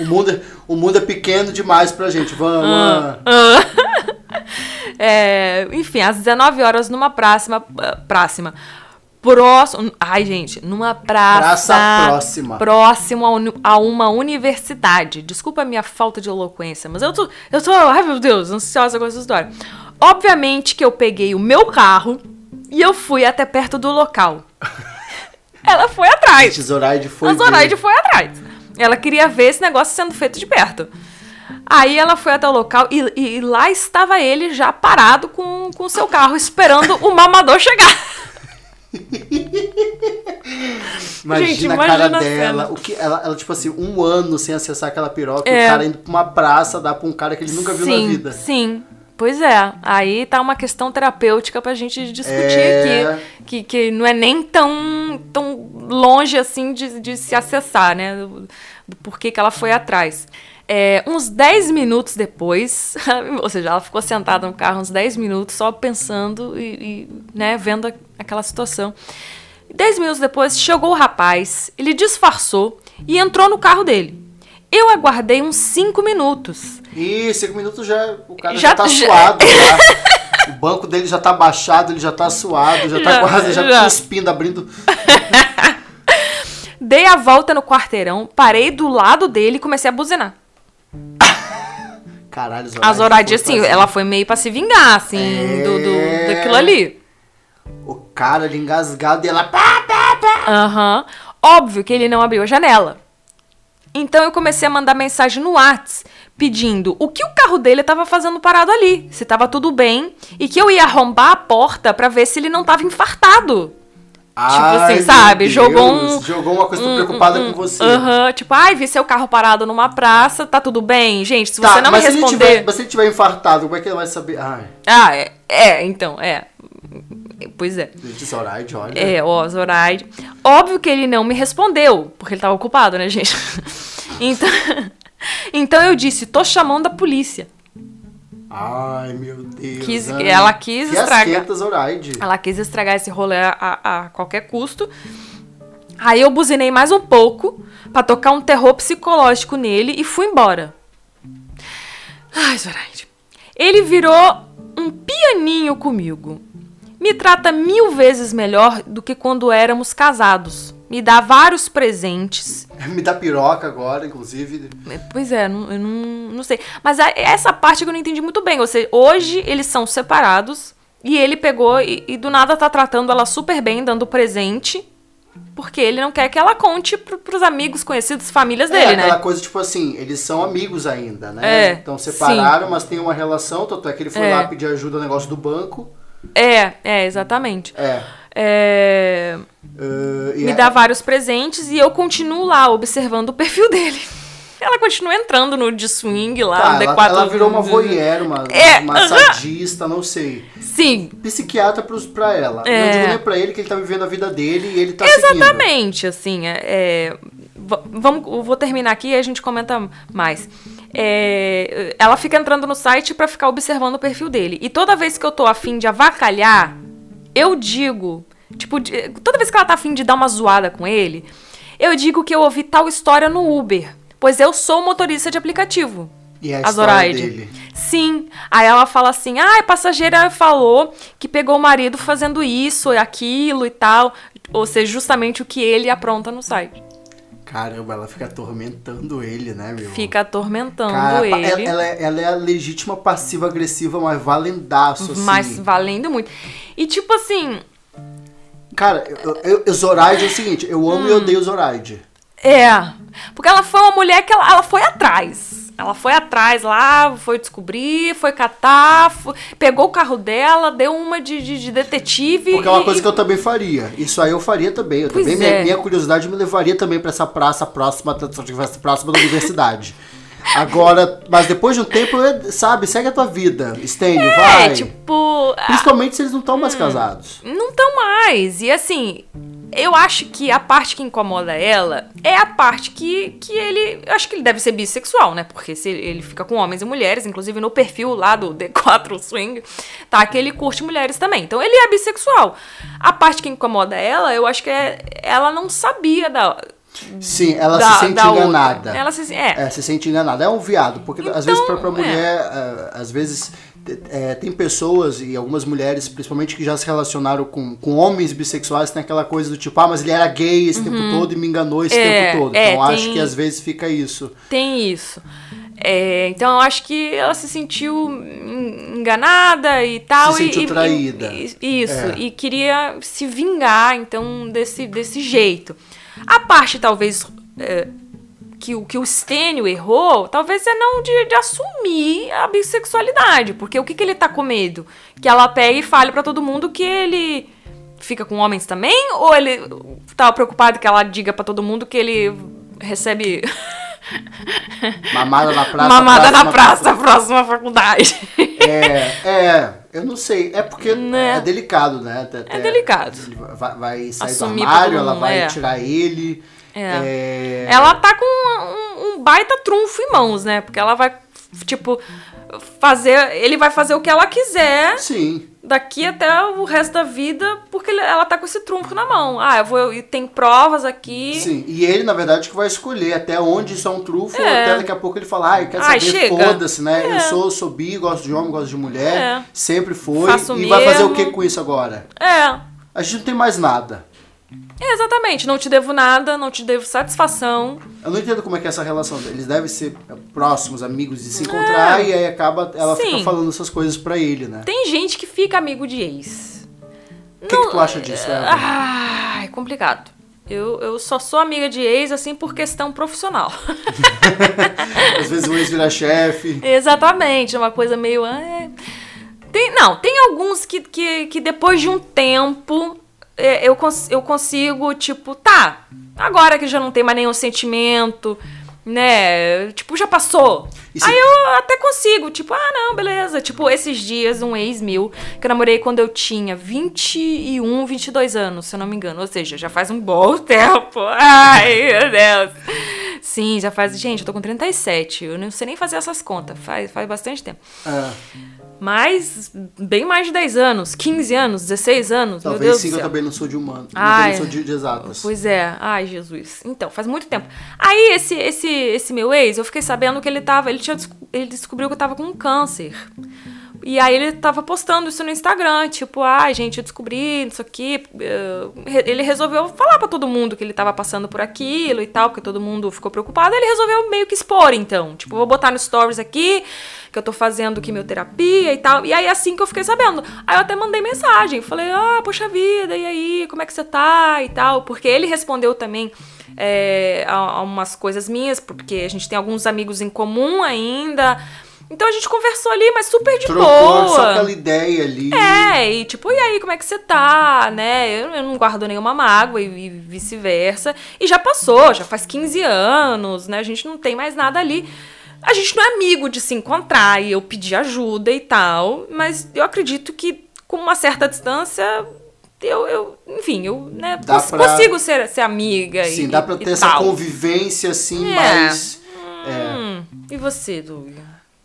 [SPEAKER 2] O mundo, é- o mundo é pequeno demais pra gente. Vamos. ah.
[SPEAKER 1] Ah. É, enfim, às 19 horas numa próxima. Próxima. Próximo. Ai, gente, numa praça.
[SPEAKER 2] Praça próxima.
[SPEAKER 1] Próximo a, uni- a uma universidade. Desculpa a minha falta de eloquência, mas eu tô. Eu tô. Ai, meu Deus, ansiosa com essa história. Obviamente que eu peguei o meu carro e eu fui até perto do local. Ela foi atrás.
[SPEAKER 2] Gente, Zoraide foi.
[SPEAKER 1] A Zoraide
[SPEAKER 2] ver.
[SPEAKER 1] foi atrás. Ela queria ver esse negócio sendo feito de perto. Aí ela foi até o local e, e lá estava ele já parado com o seu carro, esperando o mamador chegar.
[SPEAKER 2] Imagina
[SPEAKER 1] Gente,
[SPEAKER 2] a cara
[SPEAKER 1] imagina a
[SPEAKER 2] dela.
[SPEAKER 1] cena.
[SPEAKER 2] O que, ela, ela, tipo assim, um ano sem acessar aquela piroca, e
[SPEAKER 1] É.
[SPEAKER 2] o cara indo pra uma praça, dá pra um cara que ele nunca viu
[SPEAKER 1] sim,
[SPEAKER 2] na vida.
[SPEAKER 1] Sim, pois é. Aí tá uma questão terapêutica pra gente discutir
[SPEAKER 2] É.
[SPEAKER 1] aqui. Que, que não é nem tão, tão longe assim de, de se acessar, né? Do, do porquê que ela foi atrás. É, uns 10 minutos depois, ou seja, ela ficou sentada no carro uns 10 minutos só pensando e, e, né, vendo a- aquela situação. 10 minutos depois chegou o rapaz, ele disfarçou e entrou no carro dele. Eu aguardei uns 5 minutos.
[SPEAKER 2] Ih, cinco minutos já. O cara já,
[SPEAKER 1] Já-
[SPEAKER 2] tá
[SPEAKER 1] já-
[SPEAKER 2] suado. já. O banco dele já tá baixado, ele já tá suado, já tá
[SPEAKER 1] Já,
[SPEAKER 2] quase, já,
[SPEAKER 1] já.
[SPEAKER 2] cuspindo, abrindo.
[SPEAKER 1] Dei a volta no quarteirão, parei do lado dele e comecei a buzinar.
[SPEAKER 2] Caralho, Zoraide.
[SPEAKER 1] A Zoraide,
[SPEAKER 2] foi
[SPEAKER 1] assim,
[SPEAKER 2] fazer-
[SPEAKER 1] ela foi meio pra se vingar, assim,
[SPEAKER 2] É.
[SPEAKER 1] do, do- daquilo ali.
[SPEAKER 2] O cara ali engasgado e ela. Pá, pá.
[SPEAKER 1] Aham. Óbvio que ele não abriu a janela. Então eu comecei a mandar mensagem no Whats, pedindo o que o carro dele tava fazendo parado ali, se tava tudo bem, e que eu ia arrombar a porta pra ver se ele não tava infartado. assim,
[SPEAKER 2] Ai, meu
[SPEAKER 1] sabe,
[SPEAKER 2] Deus,
[SPEAKER 1] jogou um-
[SPEAKER 2] Jogou uma coisa, tô preocupada com você.
[SPEAKER 1] Hum. Aham, tipo, ai, vi seu carro parado numa praça, tá tudo bem? Gente, se
[SPEAKER 2] Tá,
[SPEAKER 1] você não me
[SPEAKER 2] mas se ele
[SPEAKER 1] responder...
[SPEAKER 2] tiver- mas se ele tiver infartado, como é que ele vai saber? Ai,
[SPEAKER 1] Ah, é, é, então, é. Pois é.
[SPEAKER 2] gente, Zoraide, olha.
[SPEAKER 1] É, ó, Zoraide. Óbvio que ele não me respondeu, porque ele tava ocupado, né, gente? Então, então eu disse, tô chamando a polícia.
[SPEAKER 2] Ai, meu Deus.
[SPEAKER 1] Quis-
[SPEAKER 2] ai.
[SPEAKER 1] ela quis
[SPEAKER 2] Fiasquenta,
[SPEAKER 1] estragar.
[SPEAKER 2] Zoraide.
[SPEAKER 1] Ela quis estragar esse rolê a, a- a qualquer custo. Aí eu buzinei mais um pouco pra tocar um terror psicológico nele e fui embora. Ai, Zoraide. Ele virou um pianinho comigo. Me trata mil vezes melhor do que quando éramos casados. Me dá vários presentes.
[SPEAKER 2] Me dá piroca agora, inclusive.
[SPEAKER 1] Pois é, não- eu não, não sei. Mas a- essa parte que eu não entendi muito bem. Ou seja, hoje eles são separados e ele pegou e, e do nada tá tratando ela super bem, dando presente. Porque ele não quer que ela conte pro, pros amigos, conhecidos, famílias
[SPEAKER 2] é
[SPEAKER 1] dele,
[SPEAKER 2] aquela
[SPEAKER 1] né?
[SPEAKER 2] coisa, tipo assim, eles são amigos ainda, né?
[SPEAKER 1] É,
[SPEAKER 2] então separaram, mas tem uma relação. Tanto é que ele foi
[SPEAKER 1] É.
[SPEAKER 2] lá pedir ajuda no negócio do banco.
[SPEAKER 1] É, é, exatamente.
[SPEAKER 2] É.
[SPEAKER 1] É,
[SPEAKER 2] ah, e
[SPEAKER 1] me
[SPEAKER 2] a-
[SPEAKER 1] dá vários presentes e eu continuo lá observando o perfil dele. Ela continua entrando no de swing lá, um
[SPEAKER 2] Tá,
[SPEAKER 1] no
[SPEAKER 2] ela,
[SPEAKER 1] D4.
[SPEAKER 2] ela virou uma voyeur, uma,
[SPEAKER 1] É,
[SPEAKER 2] uma sadista, não sei.
[SPEAKER 1] Sim,
[SPEAKER 2] Psiquiatra pros, pra ela.
[SPEAKER 1] É.
[SPEAKER 2] Não digo nem pra ele que ele tá vivendo a vida dele e ele tá seguindo.
[SPEAKER 1] Exatamente, assim, é, é, va- vamos, eu vou terminar aqui e a gente comenta mais. É, ela fica entrando no site pra ficar observando o perfil dele. E toda vez que eu tô afim de avacalhar, eu digo, tipo, de- toda vez que ela tá afim de dar uma zoada com ele, eu digo que eu ouvi tal história no Uber, pois eu sou motorista de aplicativo.
[SPEAKER 2] E é a
[SPEAKER 1] a
[SPEAKER 2] história
[SPEAKER 1] Zoraide.
[SPEAKER 2] dele?
[SPEAKER 1] Sim. Aí ela fala assim: ah, a passageira falou que pegou o marido fazendo isso e aquilo e tal. Ou seja, justamente o que ele apronta no site.
[SPEAKER 2] Caramba, ela fica atormentando ele, né, meu?
[SPEAKER 1] Fica atormentando
[SPEAKER 2] Cara, pa-
[SPEAKER 1] ele.
[SPEAKER 2] Ela, ela é- ela é a legítima passiva-agressiva, mas valendaço, assim.
[SPEAKER 1] Mas valendo muito. E tipo assim,
[SPEAKER 2] Cara, eu, eu, eu- Zoraide é o seguinte, eu amo
[SPEAKER 1] Hum.
[SPEAKER 2] e odeio Zoraide.
[SPEAKER 1] É. Porque ela foi uma mulher que ela, ela foi atrás. Ela foi atrás lá, foi descobrir, foi catar, fo- pegou o carro dela, deu uma de, de- de detetive.
[SPEAKER 2] Porque é uma
[SPEAKER 1] e-
[SPEAKER 2] coisa que eu também faria. Isso aí eu faria também. Eu
[SPEAKER 1] Pois
[SPEAKER 2] também, minha,
[SPEAKER 1] é.
[SPEAKER 2] minha curiosidade me levaria também pra essa praça próxima, da- essa próxima da universidade. Agora, mas depois de um tempo, é, sabe, segue a tua vida. Estende,
[SPEAKER 1] É,
[SPEAKER 2] vai.
[SPEAKER 1] tipo. Hum. a-
[SPEAKER 2] Principalmente se eles não estão mais casados.
[SPEAKER 1] Não estão mais. E assim, eu acho que a parte que incomoda ela é a parte que, que ele. Eu acho que ele deve ser bissexual, né? Porque se ele fica com homens e mulheres, inclusive no perfil lá do D4 Swing, tá? Que ele curte mulheres também. Então ele é bissexual. A parte que incomoda ela, eu acho que é ela não sabia da.
[SPEAKER 2] Sim, ela
[SPEAKER 1] da-
[SPEAKER 2] se sente
[SPEAKER 1] da outra.
[SPEAKER 2] enganada.
[SPEAKER 1] Ela se. É.
[SPEAKER 2] É, se sente enganada. É um viado, porque às vezes pra, pra
[SPEAKER 1] é.
[SPEAKER 2] mulher, é, às vezes te- é, tem pessoas e algumas mulheres, principalmente que já se relacionaram com, com homens bissexuais, tem aquela coisa do tipo, ah, mas ele era gay esse tempo todo e me enganou esse
[SPEAKER 1] Uhum. É,
[SPEAKER 2] tempo todo.
[SPEAKER 1] é,
[SPEAKER 2] Então acho
[SPEAKER 1] tem-
[SPEAKER 2] que às vezes fica isso.
[SPEAKER 1] Tem isso. É, então eu acho que ela se sentiu en- enganada e tal.
[SPEAKER 2] Se
[SPEAKER 1] e-
[SPEAKER 2] sentiu
[SPEAKER 1] e,
[SPEAKER 2] traída. É.
[SPEAKER 1] e- e- isso. E queria se vingar, então, desse, desse jeito. A parte, talvez, é, que, o- que o Stênio errou, talvez é não de, de assumir a bissexualidade. Porque o que, que ele tá com medo? Que ela pegue e fale pra todo mundo que ele fica com homens também? Ou ele tava preocupado que ela diga pra todo mundo que ele recebe
[SPEAKER 2] Mamada na praça.
[SPEAKER 1] Mamada na praça,
[SPEAKER 2] praça.
[SPEAKER 1] próxima faculdade.
[SPEAKER 2] É, é, eu não sei. É porque
[SPEAKER 1] Né?
[SPEAKER 2] é delicado, né? Até-
[SPEAKER 1] É
[SPEAKER 2] até-
[SPEAKER 1] delicado.
[SPEAKER 2] ele Vai, vai sair
[SPEAKER 1] Assumir
[SPEAKER 2] do
[SPEAKER 1] pra
[SPEAKER 2] armário,
[SPEAKER 1] todo
[SPEAKER 2] ela
[SPEAKER 1] mundo,
[SPEAKER 2] vai
[SPEAKER 1] é.
[SPEAKER 2] tirar ele. é,
[SPEAKER 1] Ela tá com um, um baita trunfo em mãos, né? Porque ela vai, tipo, fazer. Ele vai fazer o que ela quiser
[SPEAKER 2] Sim.
[SPEAKER 1] daqui até o resto da vida, porque ele- ela tá com esse trunfo na mão. Ah, eu vou. E tem provas aqui.
[SPEAKER 2] Sim, e ele, na verdade, que vai escolher até onde isso é um trufo, ou
[SPEAKER 1] É.
[SPEAKER 2] até daqui a pouco ele fala, ai, quer
[SPEAKER 1] Ai,
[SPEAKER 2] saber,
[SPEAKER 1] chega."
[SPEAKER 2] foda-se, né?
[SPEAKER 1] É.
[SPEAKER 2] Eu sou, sou bi, gosto de homem, gosto de mulher,
[SPEAKER 1] É.
[SPEAKER 2] sempre foi.
[SPEAKER 1] Faço
[SPEAKER 2] e vai fazer o
[SPEAKER 1] mesmo.
[SPEAKER 2] que com isso agora?
[SPEAKER 1] É.
[SPEAKER 2] A gente não tem mais nada.
[SPEAKER 1] É, Exatamente, não te devo nada, não te devo satisfação.
[SPEAKER 2] Eu não entendo como é que é essa relação. Eles devem ser próximos, amigos, de se encontrar, e aí acaba, ela
[SPEAKER 1] É. Sim.
[SPEAKER 2] fica falando essas coisas pra ele, né?
[SPEAKER 1] Tem gente que fica amigo de ex.
[SPEAKER 2] O que, que tu acha disso, né? Eva?
[SPEAKER 1] Ah, é complicado. Eu, eu só sou amiga de ex, assim, por questão profissional. é.
[SPEAKER 2] Às vezes o ex vira chefe.
[SPEAKER 1] Exatamente, é uma coisa meio. ah, é. Tem, não, tem alguns que, que, que depois de um tempo é, eu, cons- eu consigo, tipo, tá, agora que já não tem mais nenhum sentimento, né? Tipo, já passou.
[SPEAKER 2] E se-
[SPEAKER 1] Aí eu até consigo, tipo, ah, não, beleza. Tipo, esses dias, um ex mil que eu namorei quando eu tinha 21, 22 anos, se eu não me engano. Ou seja, já faz um bom tempo. Ai, meu Deus. Sim, já faz. Gente, eu tô com 37. Eu não sei nem fazer essas contas. Faz, faz bastante tempo.
[SPEAKER 2] Ah,
[SPEAKER 1] Mas bem mais de 10 anos, 15 anos, 16 anos. meu
[SPEAKER 2] talvez
[SPEAKER 1] Deus
[SPEAKER 2] sim,
[SPEAKER 1] do
[SPEAKER 2] eu
[SPEAKER 1] céu.
[SPEAKER 2] também não sou de humano.
[SPEAKER 1] Ai.
[SPEAKER 2] Eu também não sou de, de exatas.
[SPEAKER 1] Pois é, ai Jesus. Então, faz muito tempo. Aí esse esse esse meu ex, eu fiquei sabendo que ele tava, ele tinha desco- ele descobriu que eu tava com um câncer. E aí ele tava postando isso no Instagram, tipo, ai, gente, eu descobri isso aqui. eh, re- Ele resolveu falar pra todo mundo que ele tava passando por aquilo e tal, porque todo mundo ficou preocupado. Ele resolveu meio que expor, então. Tipo, vou botar no stories aqui que eu tô fazendo quimioterapia e tal. E aí assim que eu fiquei sabendo. Aí eu até mandei mensagem, falei, ah, poxa vida, e aí, como é que você tá e tal? Porque ele respondeu também é, a, a umas coisas minhas, porque a gente tem alguns amigos em comum ainda. Então a gente conversou ali, mas super de
[SPEAKER 2] Trocou
[SPEAKER 1] boa.
[SPEAKER 2] só aquela ideia ali.
[SPEAKER 1] É, e tipo, e aí, como é que você tá, né? Eu, eu não guardo nenhuma mágoa e, e vice-versa. E já passou, já faz 15 anos, né? A gente não tem mais nada ali. A gente não é amigo de se encontrar e eu pedi ajuda e tal, mas eu acredito que com uma certa distância. Eu, eu, enfim, eu né,
[SPEAKER 2] Dá
[SPEAKER 1] cons-
[SPEAKER 2] pra-
[SPEAKER 1] consigo ser, ser amiga e
[SPEAKER 2] Sim, dá pra
[SPEAKER 1] e
[SPEAKER 2] ter essa
[SPEAKER 1] tal.
[SPEAKER 2] convivência assim,
[SPEAKER 1] É.
[SPEAKER 2] mas.
[SPEAKER 1] Hum, E você, Doug?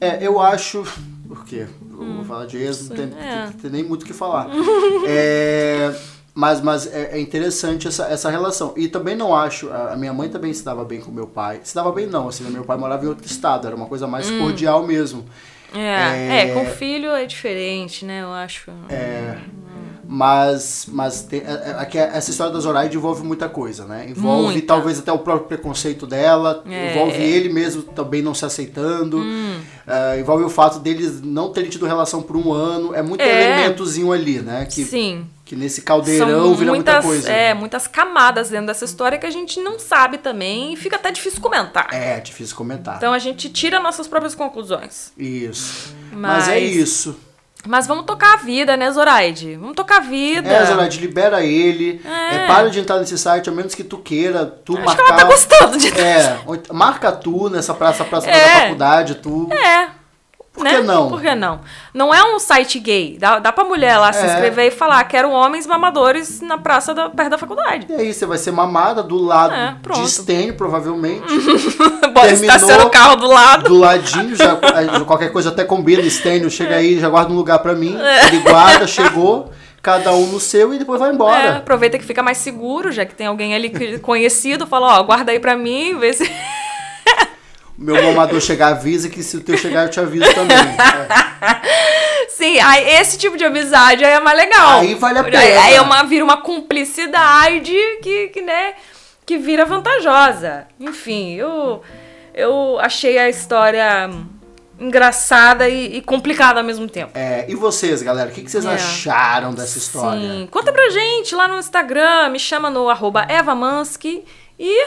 [SPEAKER 2] É, eu acho. Por quê? Eu Vou falar de ex, não tem,
[SPEAKER 1] Hum, é.
[SPEAKER 2] tem- tem nem muito o que falar. É, mas mas é, é interessante essa, essa relação. E também não acho. A a minha mãe também se dava bem com meu pai. Se dava bem, não, assim, meu pai morava em outro estado, era uma coisa mais
[SPEAKER 1] Hum.
[SPEAKER 2] cordial mesmo.
[SPEAKER 1] É, é...
[SPEAKER 2] É.
[SPEAKER 1] com filho é diferente, né? Eu acho.
[SPEAKER 2] Mas, mas tem- é- é- é que essa história da Zoraide envolve muita coisa, né? Envolve
[SPEAKER 1] Muita.
[SPEAKER 2] talvez até o próprio preconceito dela,
[SPEAKER 1] É. Hum.
[SPEAKER 2] envolve ele mesmo também não se aceitando, é, envolve o fato deles não terem tido relação por um ano, é muito
[SPEAKER 1] É.
[SPEAKER 2] elementozinho ali, né? Que
[SPEAKER 1] Sim.
[SPEAKER 2] Que nesse caldeirão vira muita coisa.
[SPEAKER 1] É, muitas camadas dentro dessa história que a gente não sabe também e fica até difícil comentar.
[SPEAKER 2] É, difícil comentar.
[SPEAKER 1] Então a gente tira nossas próprias conclusões.
[SPEAKER 2] Isso.
[SPEAKER 1] Mas-
[SPEAKER 2] Mas, é isso.
[SPEAKER 1] Mas vamos tocar a vida, né, Zoraide? Vamos tocar a vida.
[SPEAKER 2] É, Zoraide, libera ele. É, para de entrar nesse site, a menos que tu queira, tu
[SPEAKER 1] Acho que
[SPEAKER 2] marcar.
[SPEAKER 1] ela tá gostando de.
[SPEAKER 2] É, ou- marca tu nessa praça próxima
[SPEAKER 1] É.
[SPEAKER 2] da faculdade, tu.
[SPEAKER 1] É.
[SPEAKER 2] Por
[SPEAKER 1] né?
[SPEAKER 2] que não?
[SPEAKER 1] Por que não? Não é um site gay. Dá, dá pra mulher lá se
[SPEAKER 2] É.
[SPEAKER 1] inscrever e falar: quero homens mamadores na praça da, perto da faculdade.
[SPEAKER 2] E aí você vai ser mamada do lado
[SPEAKER 1] É, pronto.
[SPEAKER 2] de estenho, provavelmente.
[SPEAKER 1] Bora estaciona o carro do lado.
[SPEAKER 2] do ladinho, já, aí qualquer coisa até combina, estenho, chega
[SPEAKER 1] É.
[SPEAKER 2] aí, já guarda um lugar pra mim. Ele guarda, chegou, cada um no seu e depois vai
[SPEAKER 1] É,
[SPEAKER 2] embora.
[SPEAKER 1] aproveita que fica mais seguro, já que tem alguém ali que- conhecido. Fala: ó, guarda aí pra mim, vê se.
[SPEAKER 2] O Meu mamador chegar, avisa que se o teu chegar, eu te aviso também. É.
[SPEAKER 1] Sim, aí esse tipo de amizade aí é mais legal.
[SPEAKER 2] Aí vale a
[SPEAKER 1] Aí-
[SPEAKER 2] pena.
[SPEAKER 1] Aí é uma, vira uma cumplicidade que, que, né, que vira vantajosa. Enfim, eu, eu achei a história engraçada e, e complicada ao mesmo tempo.
[SPEAKER 2] É, e vocês, galera, o que, que vocês
[SPEAKER 1] É.
[SPEAKER 2] acharam dessa história?
[SPEAKER 1] Sim. Conta pra gente lá no Instagram, me chama no arroba evamansky e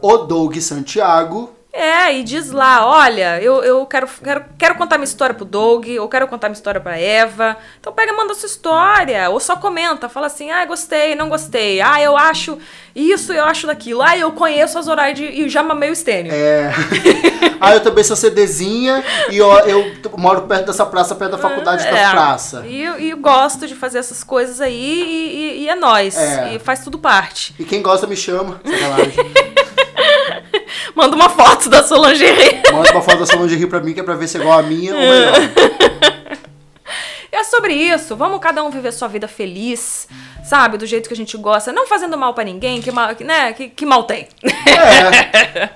[SPEAKER 2] O Doug Santiago.
[SPEAKER 1] É, e diz lá, olha, eu, eu quero, quero, quero contar minha história pro Doug, ou quero contar minha história pra Eva. Então pega e manda sua história, ou só comenta, fala assim, ah, gostei, não gostei, ah, eu acho isso, eu acho daquilo, ah, eu conheço a Zoraide e já mamei o estênio.
[SPEAKER 2] É. ah, eu também sou CDzinha e ó, eu t- moro perto dessa praça, perto da faculdade da
[SPEAKER 1] É.
[SPEAKER 2] praça.
[SPEAKER 1] E, eu- e eu gosto de fazer essas coisas aí, e, e- e é nóis,
[SPEAKER 2] É.
[SPEAKER 1] e faz tudo parte.
[SPEAKER 2] E quem gosta me chama. Sacanagem.
[SPEAKER 1] Manda uma foto da sua lingerie.
[SPEAKER 2] Manda uma foto da sua lingerie pra mim, que é pra ver se é igual a minha ou melhor.
[SPEAKER 1] É sobre isso, vamos cada um viver sua vida feliz, sabe, do jeito que a gente gosta, não fazendo mal pra ninguém, que mal, que, né, que- que mal tem.
[SPEAKER 2] É.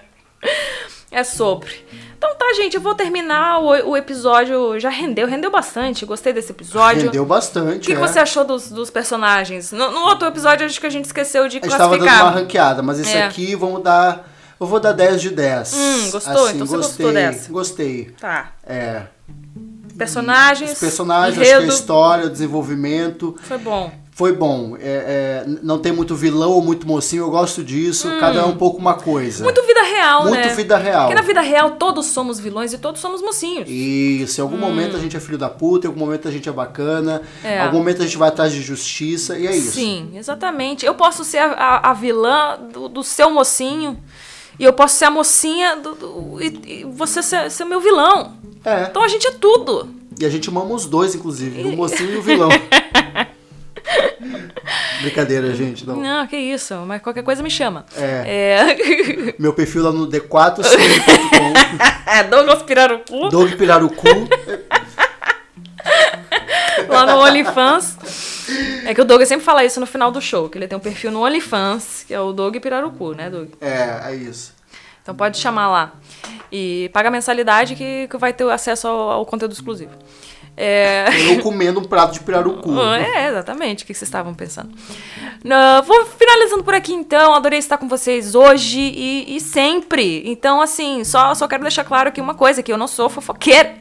[SPEAKER 1] É sobre. Então tá, gente, eu vou terminar o, o episódio. Já rendeu, rendeu bastante. Gostei desse episódio.
[SPEAKER 2] Rendeu
[SPEAKER 1] O
[SPEAKER 2] bastante.
[SPEAKER 1] que, que
[SPEAKER 2] é.
[SPEAKER 1] você achou dos, dos personagens? No, no outro episódio, acho que a gente esqueceu de
[SPEAKER 2] A gente tava dando uma
[SPEAKER 1] classificar.
[SPEAKER 2] ranqueada, mas esse
[SPEAKER 1] É.
[SPEAKER 2] aqui vamos dar. Eu vou dar 10 de 10.
[SPEAKER 1] Hum, gostou? Então você gostou
[SPEAKER 2] gostei,
[SPEAKER 1] dessa?
[SPEAKER 2] Gostei.
[SPEAKER 1] Tá.
[SPEAKER 2] É.
[SPEAKER 1] Personagens.
[SPEAKER 2] Os personagens, acho que é
[SPEAKER 1] enredo,
[SPEAKER 2] a história, o desenvolvimento.
[SPEAKER 1] Foi bom.
[SPEAKER 2] Foi bom. É, é, não tem muito vilão ou muito mocinho, eu gosto disso. Cada um um pouco uma coisa.
[SPEAKER 1] Hum. Muito vida real,
[SPEAKER 2] Muito
[SPEAKER 1] né?
[SPEAKER 2] vida real.
[SPEAKER 1] Porque na vida real todos somos vilões e todos somos mocinhos.
[SPEAKER 2] Isso, em algum momento a gente é filho da puta, em algum momento a gente é bacana,
[SPEAKER 1] Hum. É.
[SPEAKER 2] em algum momento a gente vai atrás de justiça, e é isso.
[SPEAKER 1] Sim, exatamente. Eu posso ser a, a- a vilã do, do seu mocinho. E eu posso ser a mocinha do, do- e, e você ser, ser meu vilão.
[SPEAKER 2] É.
[SPEAKER 1] Então a gente é tudo.
[SPEAKER 2] E a gente mama os dois, inclusive, o mocinho e o vilão. Brincadeira, gente. Não.
[SPEAKER 1] Não, Ah, que isso. Mas qualquer coisa me chama. É.
[SPEAKER 2] Meu perfil lá no D4C.com,
[SPEAKER 1] É, Douglas Pirarucu,
[SPEAKER 2] Doug Pirarucu.
[SPEAKER 1] lá no OnlyFans. É que o Doug sempre fala isso no final do show, que ele tem um perfil no OnlyFans, que é o Doug Pirarucu, né, Doug?
[SPEAKER 2] É, é isso.
[SPEAKER 1] Então pode chamar lá. E paga a mensalidade que, que vai ter acesso ao, ao conteúdo exclusivo. É...
[SPEAKER 2] Eu comendo um prato de pirarucu.
[SPEAKER 1] É, exatamente, o que vocês estavam pensando. Não, vou finalizando por aqui então, adorei estar com vocês hoje e, e sempre. Então, assim, só, só quero deixar claro aqui uma coisa, que eu não sou fofoqueira.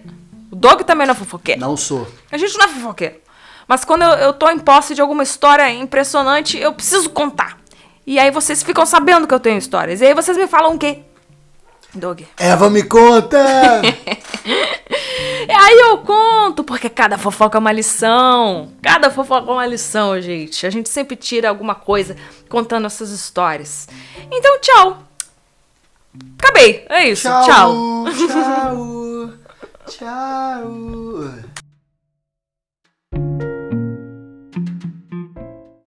[SPEAKER 1] O Doug também não é fofoqueiro.
[SPEAKER 2] Não sou.
[SPEAKER 1] A gente não é fofoqueiro. Mas quando eu, eu tô em posse de alguma história impressionante, eu preciso contar. E aí vocês ficam sabendo que eu tenho histórias. E aí vocês me falam o quê? Doug.
[SPEAKER 2] Eva me conta!
[SPEAKER 1] E É, aí eu conto, porque cada fofoca é uma lição. Cada fofoca é uma lição, gente. A gente sempre tira alguma coisa contando essas histórias. Então, tchau. Acabei. É isso. tchau.
[SPEAKER 2] Tchau! Tchau! tchau.